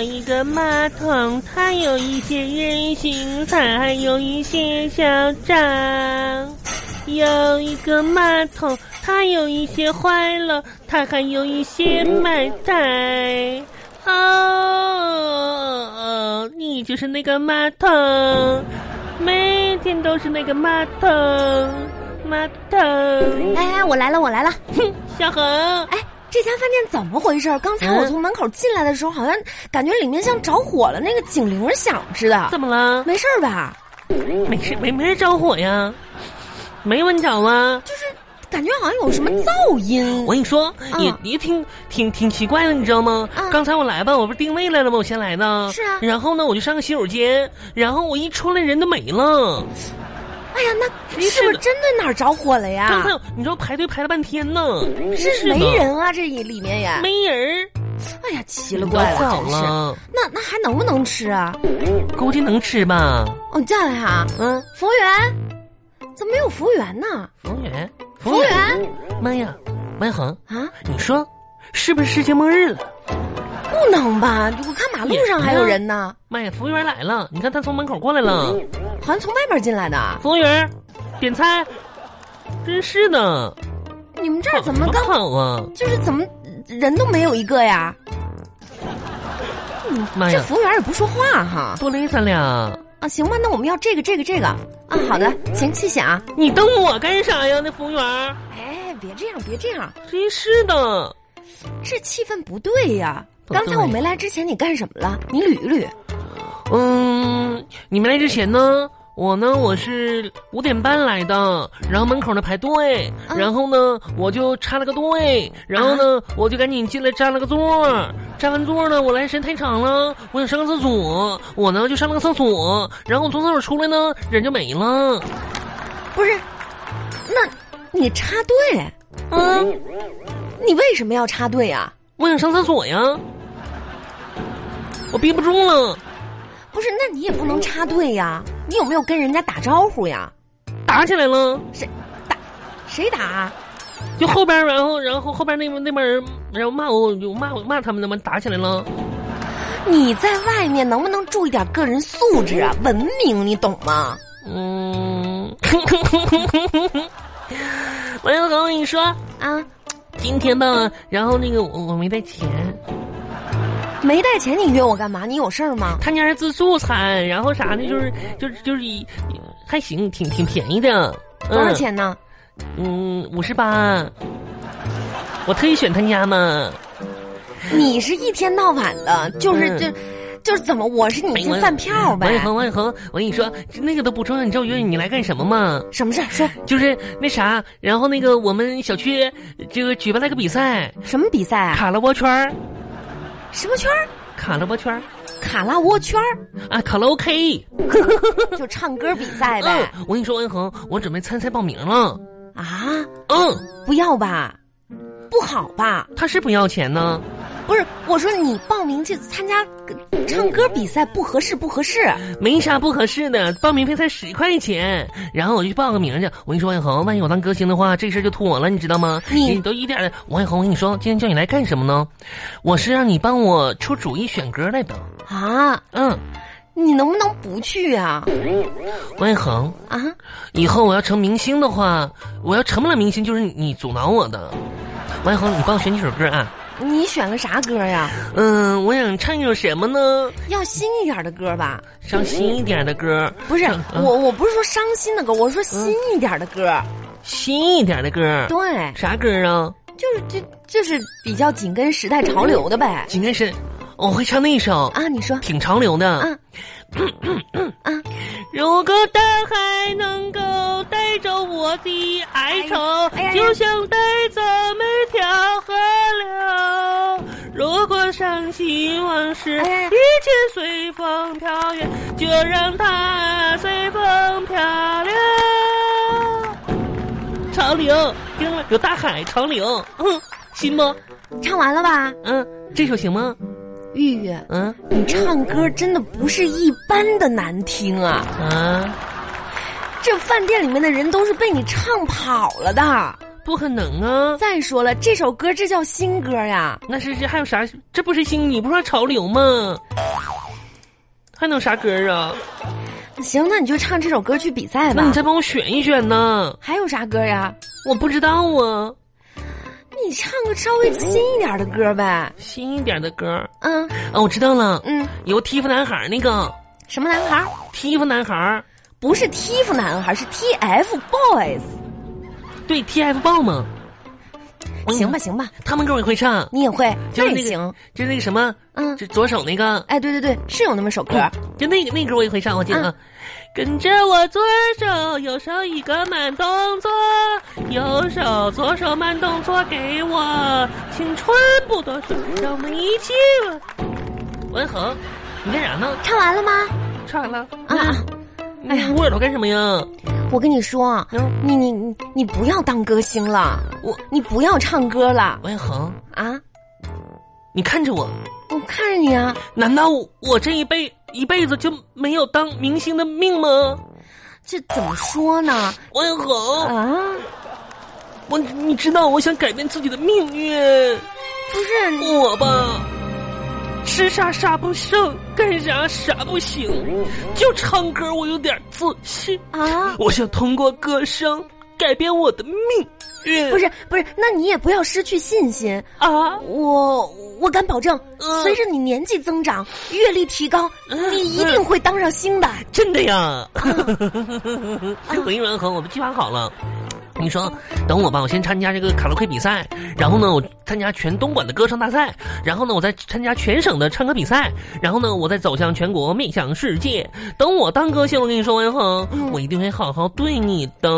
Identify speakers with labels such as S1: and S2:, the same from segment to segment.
S1: 一个马桶，它有一些圆形，它还有一些小掌。有一个马桶，它有一些坏了，它还有一些埋汰。哦哦，你就是那个马桶，每天都哦是那个马桶，马桶。
S2: 哎哎，我来了，我来了！
S1: 哼，小恒，
S2: 哎，这家饭店怎么回事？刚才
S1: 嗯
S2: 我从门口进来的时候，好像感觉里面像着火了，那个警铃儿响似的。
S1: 怎么了？
S2: 没事儿吧？
S1: 没事，没没人着火呀，没闻着吗？
S2: 就是感觉好像有什么噪音
S1: 我。跟你说，
S2: 嗯
S1: 也也挺挺挺奇怪的，你知道吗？
S2: 嗯
S1: 刚才我来吧，我不是定位来了吗？我先来的。
S2: 是啊
S1: 然后呢，我就上个洗手间，然后我一出来人都没了。
S2: 哎呀，那是不
S1: 是
S2: 是
S1: 的
S2: 真的哪儿着火了呀？
S1: 刚才你知道排队排了半天呢，
S2: 啊是
S1: 的
S2: 没，人啊，这里里面也。
S1: 没人儿，
S2: 哎呀，奇了怪了，
S1: 早
S2: 真是。
S1: 了，
S2: 那那还能不能吃啊？
S1: 估计能吃吧？
S2: 哦，你叫来哈，
S1: 嗯，
S2: 服务员，怎么没有服务员呢？
S1: 服务员，服
S2: 服务员
S1: 妈呀，万恒，
S2: 啊，
S1: 你说是不是世界末日了？
S2: 不能吧？我看马路上还有人呢，
S1: 妈呀，服务员来了，你看他从门口过来了。
S2: 好像从外边进来的。
S1: 服务员，点菜，真是的，
S2: 你们这
S1: 哦
S2: 儿怎么刚
S1: 好啊？
S2: 就是怎么人都没有一个呀？
S1: 妈
S2: 这
S1: 呀，
S2: 服务员也不说话哈。
S1: 多累咱俩！
S2: 啊，行吧，那我们要这个这个这个啊，
S1: 嗯
S2: 好的，行，谢谢啊。
S1: 你瞪我干啥呀？那服务员，
S2: 哎，别这样，别这样，
S1: 真是的，
S2: 这气氛不对呀。
S1: 不对
S2: 刚才我没来之前，你干什么了？你捋一捋。
S1: 嗯，你们来之前呢，我呢我是五点半来的，然后门口呢排队，
S2: 嗯啊
S1: 然后呢我就插了个队，然后呢、我就赶紧进来占了个座儿，占完座儿呢我来时间太长了，我想上个厕所，我呢就上了个厕所，然后我从厕所出来呢人就没了，
S2: 不是，那你插队，
S1: 嗯，
S2: 你为什么要插队啊？
S1: 我想上厕所呀，我憋不住了，
S2: 不是，那你也不能插队呀。你有没有跟人家打招呼呀？
S1: 打起来了。
S2: 谁打啊？
S1: 就后边儿，然后然后后边儿那边那边儿人，然后骂我，我就骂我骂他们，那么打起来了。
S2: 你在外面能不能注意点个人素质啊？文明，你懂吗？
S1: 嗯，王小狗，我跟你说，
S2: 啊，
S1: 今天吧，然后那个我我没带钱，
S2: 没带钱你约我干嘛？你有事儿吗？
S1: 他家是自助餐，然后啥的，就是就是就是一还行，挺挺便宜的。
S2: 多少？钱呢？
S1: 嗯，五十八。我特意选他家嘛，
S2: 你是一天到晚的，就是
S1: 嗯
S2: 就就是怎么？我是你这饭票
S1: 哎王一
S2: 呗？
S1: 恒，王一恒，我跟你说，那个都不重要，你知道我约你来干什么吗？
S2: 什么事儿？说
S1: 就是那啥，然后那个我们小区这个举办了个比赛，
S2: 什么比赛啊？
S1: 卡拉包圈儿，
S2: 什么圈儿？
S1: 卡拉包圈儿
S2: 卡拉窝圈 儿，
S1: 啊，卡拉 OK。
S2: 就唱歌比赛
S1: 嗯
S2: 呗？，
S1: 我跟你说，文恒，我准备参赛报名了。
S2: 啊？
S1: 嗯，
S2: 不要吧？不好吧？
S1: 他是不要钱呢，
S2: 不是，我说你报名去参加呃唱歌比赛不合适，不合适。
S1: 没啥不合适的，报名费才十块钱。然后我就去报个名去。我跟你说，文恒，万一我当歌星的话，这事儿就妥了，你知道吗？
S2: 你
S1: 都一点，王一恒，我跟你说，今天叫你来干什么呢？我是让你帮我出主意选歌来的。
S2: 啊，
S1: 嗯，
S2: 你能不能不去啊？
S1: 王一恒，
S2: 啊，
S1: 以后我要成明星的话，我要成不了明星，就是你阻挠我的。王一恒，你帮我选几首歌啊？
S2: 你选个啥歌呀？
S1: 嗯，我想唱一首什么呢？
S2: 要新一点的歌吧？
S1: 伤心一点的歌，
S2: 不是
S1: 嗯，嗯
S2: 我我不是说伤心的歌，我说新一点的歌。
S1: 新一点的歌，
S2: 对，
S1: 啥歌啊？
S2: 就是就就是比较紧跟时代潮流的呗。
S1: 紧跟是，我会唱那首，
S2: 啊，你说
S1: 挺潮流的。
S2: 嗯嗯
S1: 如果大海能够带走我的哀愁，
S2: 哎呀
S1: 就像带走每条河流。如果伤心往事、
S2: 哎呀
S1: 一切随风飘远，就让它随风漂流。潮流，听了有大海潮流，嗯，行不？
S2: 唱完了吧？
S1: 嗯，这首行吗？
S2: 玉玉，
S1: 嗯
S2: 你唱歌真的不是一般的难听啊！
S1: 啊。
S2: 这饭店里面的人都是被你唱跑了的。
S1: 不可能啊！
S2: 再说了，这首歌这叫新歌呀，
S1: 那是这还有啥？这不是新，你不是说潮流吗？还能啥歌啊？
S2: 行，那你就唱这首歌去比赛
S1: 那
S2: 吧
S1: 你。再帮我选一选呢？
S2: 还有啥歌呀？
S1: 我不知道啊，
S2: 你唱个稍微新一点的歌呗。
S1: 新一点的歌儿
S2: 嗯
S1: 啊，我知道了，
S2: 嗯，
S1: 有个欺负男孩儿那个
S2: 什么男孩儿？
S1: 欺负男孩儿，
S2: 不是 TF 男孩，是 TF Boys。
S1: 对 TF 豹嘛，
S2: 行
S1: 嗯，
S2: 吧行吧，
S1: 他们歌我也会唱，
S2: 你也会，
S1: 就是那
S2: 也
S1: 个
S2: 行。
S1: 就是那个什么，
S2: 嗯
S1: 就左手那个，
S2: 哎，对对对，是有那么首歌。
S1: 就那个那歌我也会唱，我记得。啊跟着我左手右手一个慢动作，右手左手慢动作给我，青春不多说，让我们一起玩。文恒，你干啥呢？
S2: 唱完了吗？
S1: 唱完了。
S2: 啊，
S1: 哎呀，捂耳朵干什么呀？
S2: 我跟你说啊，
S1: 嗯
S2: 你你你你不要当歌星了，
S1: 我
S2: 你不要唱歌了
S1: 文恒，
S2: 啊！
S1: 你看着我，
S2: 我看着你啊，
S1: 难道我我这一辈一辈子就没有当明星的命吗？
S2: 这怎么说呢？
S1: 文恒，
S2: 啊，
S1: 我你知道我想改变自己的命运。
S2: 不是你
S1: 我吧，吃啥啥不剩，干啥啥不行，就唱歌我有点自信。
S2: 啊，
S1: 我想通过歌声改变我的命运。
S2: 不是不是，那你也不要失去信心。
S1: 啊，
S2: 我我敢保证，
S1: 嗯
S2: 随着你年纪增长、阅历提高，
S1: 嗯
S2: 你一定会当上星的。
S1: 真的 呀！我跟文恒，我们计划好了。你说，等我吧，我先参加这个卡拉 OK 比赛，然后呢，我参加全东莞的歌唱大赛，然后呢，我再参加全省的唱歌比赛，然后呢，我再走向全国，面向世界。等我当歌星，我跟你说，文恒，我一定会好好对你的。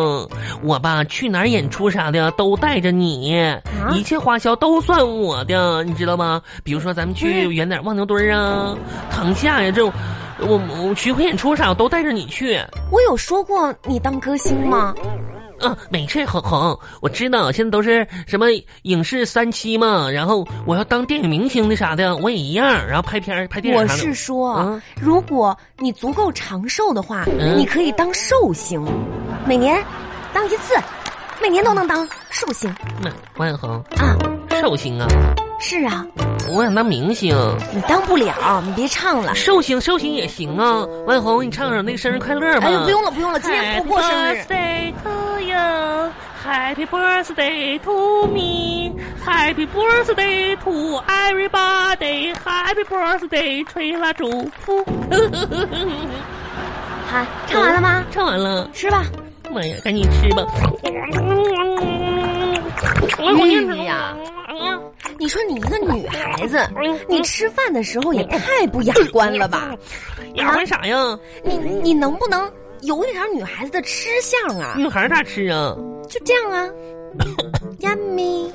S1: 我吧，去哪儿演出啥的都带着你，一切花销都算我的，你知道吗？比如说咱们
S2: 嗯
S1: 去远点儿望牛墩儿啊、塘下呀、这种，我我巡回演出啥我都带着你去。
S2: 我有说过你当歌星吗？
S1: 嗯，没事，恒恒，我知道现在都是什么影视三期嘛，然后我要当电影明星的啥的，我也一样，然后拍片儿、拍电
S2: 我
S1: 影啥的。
S2: 是说，啊
S1: 嗯
S2: 如果你足够长寿的话，
S1: 嗯
S2: 你可以当寿星，每年当一次，每年都能当寿星
S1: 那王小恒，
S2: 啊。
S1: 寿星啊，
S2: 是啊，
S1: 我想当明星，
S2: 你当不了，你别唱了。
S1: 寿星寿星也行啊。王小恒，你唱首那个生日快乐吧。
S2: 哎呦，不用了，不用了，今天不过生日
S1: Happy birthday to you, Happy birthday to me, Happy birthday to everybody, Happy birthday，吹蜡烛。
S2: 哈，唱完了吗？
S1: 唱完了，
S2: 吃吧。
S1: 妈呀，赶紧吃吧。
S2: 玉哎呀你说你一个女孩子，
S1: 嗯
S2: 你吃饭的时候也太不雅观了吧？
S1: 呀，玩啥呀？
S2: 你你能不能有一点女孩子的吃相啊？
S1: 女孩儿咋吃啊？
S2: 就这 样啊，yummy，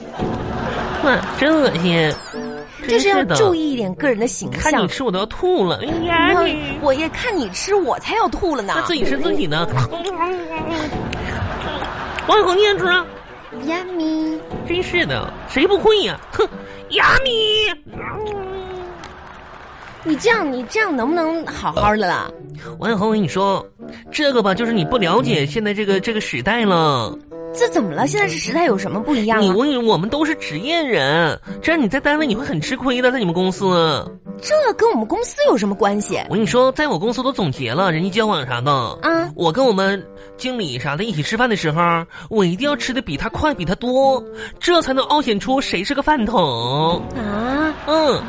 S1: 妈，真恶心！
S2: 就是要注
S1: 意，
S2: 意一点个人的形
S1: 看你
S2: 象。
S1: 吃我都要吐了。哎呀，
S2: 那
S1: 你
S2: 我也看你吃，我才要吐了呢
S1: 那自己吃自己 呢。王小红，你也吃啊？
S2: ，yummy，
S1: 真是的，谁不会呀、哼，呀咪，
S2: 你这样你这样能不能好好的了？
S1: 王小红，我跟你说，这个吧，就是你不了解现在这个这个时代了。
S2: 这怎么了？现在是时代有什么不一样
S1: 你
S2: 啊？
S1: 我我们都是职业人，这样你在单位你会很吃亏的，在你们公司。
S2: 这跟我们公司有什么关系？
S1: 我跟你说，在我公司都总结了人际交往啥的。
S2: 啊，
S1: 我跟我们经理啥的一起吃饭的时候，我一定要吃的比他快，比他多，这才能凹显出谁是个饭桶。
S2: 啊，
S1: 嗯，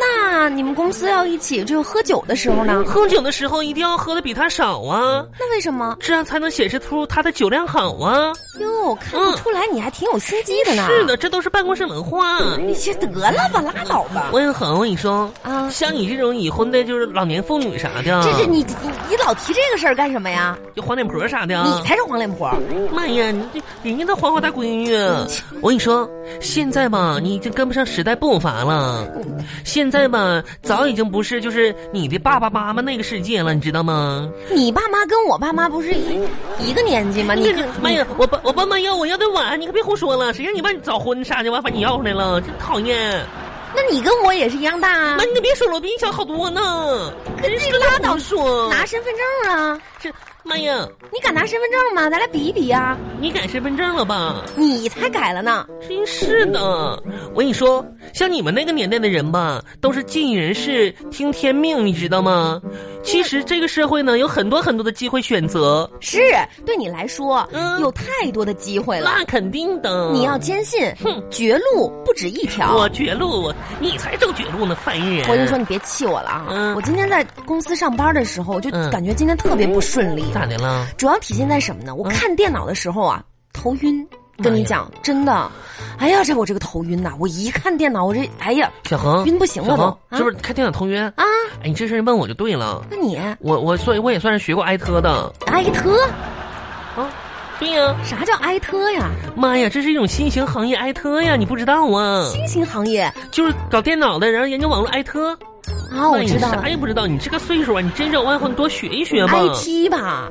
S2: 那你们公司要一起就喝酒的时候呢？
S1: 喝酒的时候一定要喝的比他少啊，
S2: 那为什么？
S1: 这样才能显示出他的酒量好啊。
S2: 哟，看不出来你还挺有心机的呢。
S1: 嗯是，的，这都是办公室文化。
S2: 你先得了吧，拉倒吧。
S1: 我也很，我跟你说，
S2: 啊，
S1: 像你这种已婚的，就是老年妇女啥的，
S2: 这这你你你老提这个事儿干什么呀？
S1: 就黄脸婆啥的，
S2: 你才是黄脸婆。
S1: 妈呀，你这人家都黄花大闺女，啊我跟你说，现在吧，你已经跟不上时代步伐了。现在吧，早已经不是就是你的爸爸妈妈那个世界了，你知道吗？
S2: 你爸妈跟我爸妈不是一一个年纪啊吗？你
S1: 这妈呀，我爸我爸妈要我要的晚，你可别胡说了，谁让你爸你早婚啥的，我还把你要回来了，真讨厌。
S2: 那你跟我也是一样大啊
S1: 那！你可别说了，我比你小好多呢。真是拉倒说，
S2: 拿身份证啊！
S1: 这妈呀，
S2: 你敢拿身份证吗？咱俩比一比啊！
S1: 你改身份证了吧？
S2: 你才改了呢！
S1: 真是的，我跟你说，像你们那个年代的人吧，都是尽人事听天命，你知道吗？其实这个社会呢，有很多很多的机会选择，
S2: 是对你来说、
S1: 嗯
S2: 有太多的机会了，
S1: 那肯定的。
S2: 你要坚信，
S1: 哼
S2: 绝路不止一条。
S1: 我绝路，你才正绝路呢，犯人。
S2: 我跟你说，，你别气我了啊！
S1: 嗯
S2: 我今天在公司上班的时候，我就
S1: 嗯
S2: 感觉今天特别不顺利，
S1: 咋的了？
S2: 主要体现在什么呢？我看电脑的时候啊，头晕。跟
S1: 妈嗯哎
S2: 你
S1: 呀
S2: 讲，真的，哎呀，这我这个头晕呐、我一看电脑，我这哎呀
S1: 小恒，
S2: 晕不行了
S1: 小
S2: 都
S1: 恒，
S2: 啊
S1: 是不是开电脑头晕？
S2: 啊！
S1: 哎，你这事儿问我就对了。
S2: 那你
S1: 我我算我也算是学过艾特的
S2: 艾特
S1: 啊。对呀、
S2: 啥叫艾特呀？
S1: 妈呀，这是一种新型行业艾特呀，你不知道啊？
S2: 新兴行业
S1: 就是搞电脑的，然后研究网络艾特。
S2: 啊，我
S1: 那你
S2: 知道了
S1: 啥也不知道，你这个岁数啊，你真是往后你多学一学吧。
S2: ，IT 吧，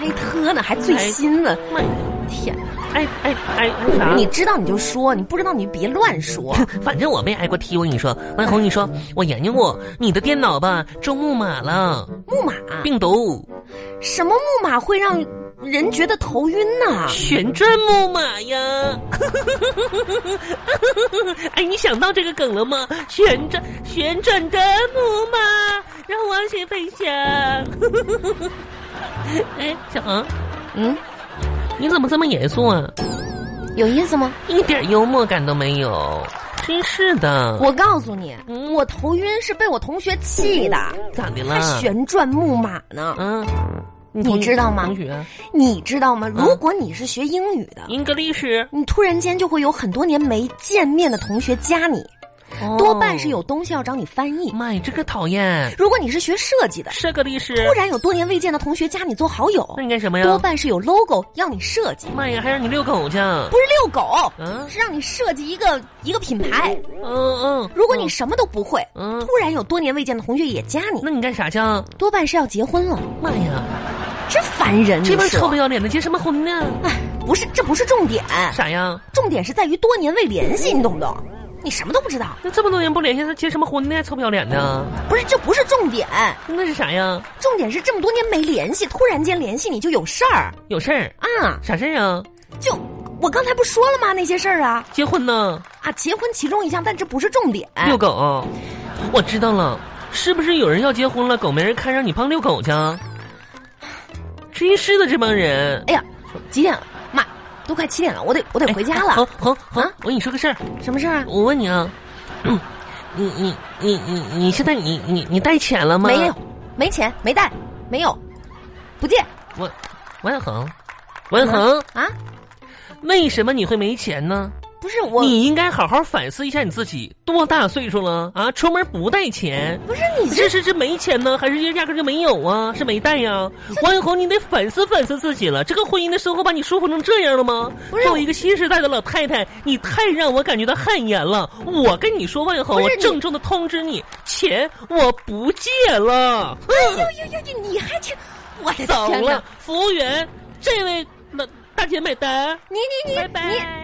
S2: 艾特呢还最新呢，
S1: 妈呀，
S2: 天哪！
S1: 挨挨挨挨哎啥？
S2: 你知道你就说，你不知道你别乱 说。
S1: 反正我没挨过踢，我跟你说，万红，你说我研究过你的电脑吧，中木马了，
S2: 木马，
S1: 病毒，
S2: 什么木马会让人觉得头晕呢？
S1: 旋转木马呀。 哎，你想到这个梗了吗？旋转旋转的木马，让我去飞翔。 哎，小恒，
S2: 嗯，
S1: 你怎么这么严肃啊？
S2: 有意思吗？
S1: 一点幽默感都没有，真是的。
S2: 我告诉你，
S1: 嗯
S2: 我头晕是被我同学气的，
S1: 咋的
S2: 他
S1: 了？
S2: 旋转木马呢。
S1: 嗯，
S2: 你知道吗
S1: 同学
S2: 你知道
S1: 嗯
S2: 吗？如果你是学英语的，
S1: ，English
S2: 你突然间就会有很多年没见面的同学加你，
S1: 哦
S2: 多半是有东西要找你翻译。
S1: 妈呀，这个讨厌！
S2: 如果你是学设计的，
S1: 嗯是个律师，
S2: 突然有多年未见的同学加你做好友
S1: 那，应该什么呀？
S2: 多半是有 logo 要你设计，
S1: 妈呀，还让你遛狗去？啊
S2: 不是遛狗，
S1: 嗯
S2: 是让你设计一个一个品牌。
S1: 嗯嗯，
S2: 如果你什么都不会，
S1: 嗯，
S2: 突然有多年未见的同学也加你，
S1: 那你干啥去？
S2: 多半是要结婚了，
S1: 妈呀，
S2: 真烦人！
S1: 这边
S2: 你说
S1: 臭不要脸的结什么婚呢？
S2: 哎，不是，这不是重点，
S1: 啥呀？
S2: 重点是在于多年未联系，你懂不懂？你什么都不知道，
S1: 那这么多年不联系，他结什么婚呢？臭不要脸的，
S2: 不是，这不是重点，
S1: 那是啥呀？
S2: 重点是这么多年没联系，突然间联系你就有事儿
S1: 有事儿？
S2: 啊！
S1: 啥事儿啊？
S2: 就我刚才不说了吗？那些事儿啊
S1: 结婚呢？
S2: 啊，结婚其中一项，但这不是重点。
S1: 遛狗？我知道了，是不是有人要结婚了，狗没人看，让你帮遛狗去？真是的，这帮人。
S2: 哎呀，几点了？妈，都快七点了，我得我得哎回家
S1: 恒
S2: 了。
S1: 恒恒
S2: 啊，
S1: 我跟你说个事儿，
S2: 什么事儿啊？
S1: 我问你啊，嗯你你你你你现在你你你带钱了吗？
S2: 没有，，没钱，没带，没有，不借
S1: 我王恒，王恒，
S2: 啊？
S1: 为什么你会没钱呢？
S2: 不是我，
S1: 你应该好好反思一下你自己，多大岁数了啊？出门不带钱，
S2: 不是你这
S1: 这是这没钱呢，还是压根就没有啊？是没带呀？王红，你得反思反思自己了。这个婚姻的生活把你舒服成这样了吗？
S2: 不是
S1: 作为一个新时代的老太太，你太让我感觉到汗颜了。我跟你说，万红，
S2: 不
S1: 我
S2: 是你
S1: 郑重的通知你，钱我不借了，哼
S2: 哎呦呦呦，你还去？我的
S1: 走
S2: 天哪
S1: 了！。服务员，这位老大姐买单。
S2: 你你你
S1: 拜拜
S2: 你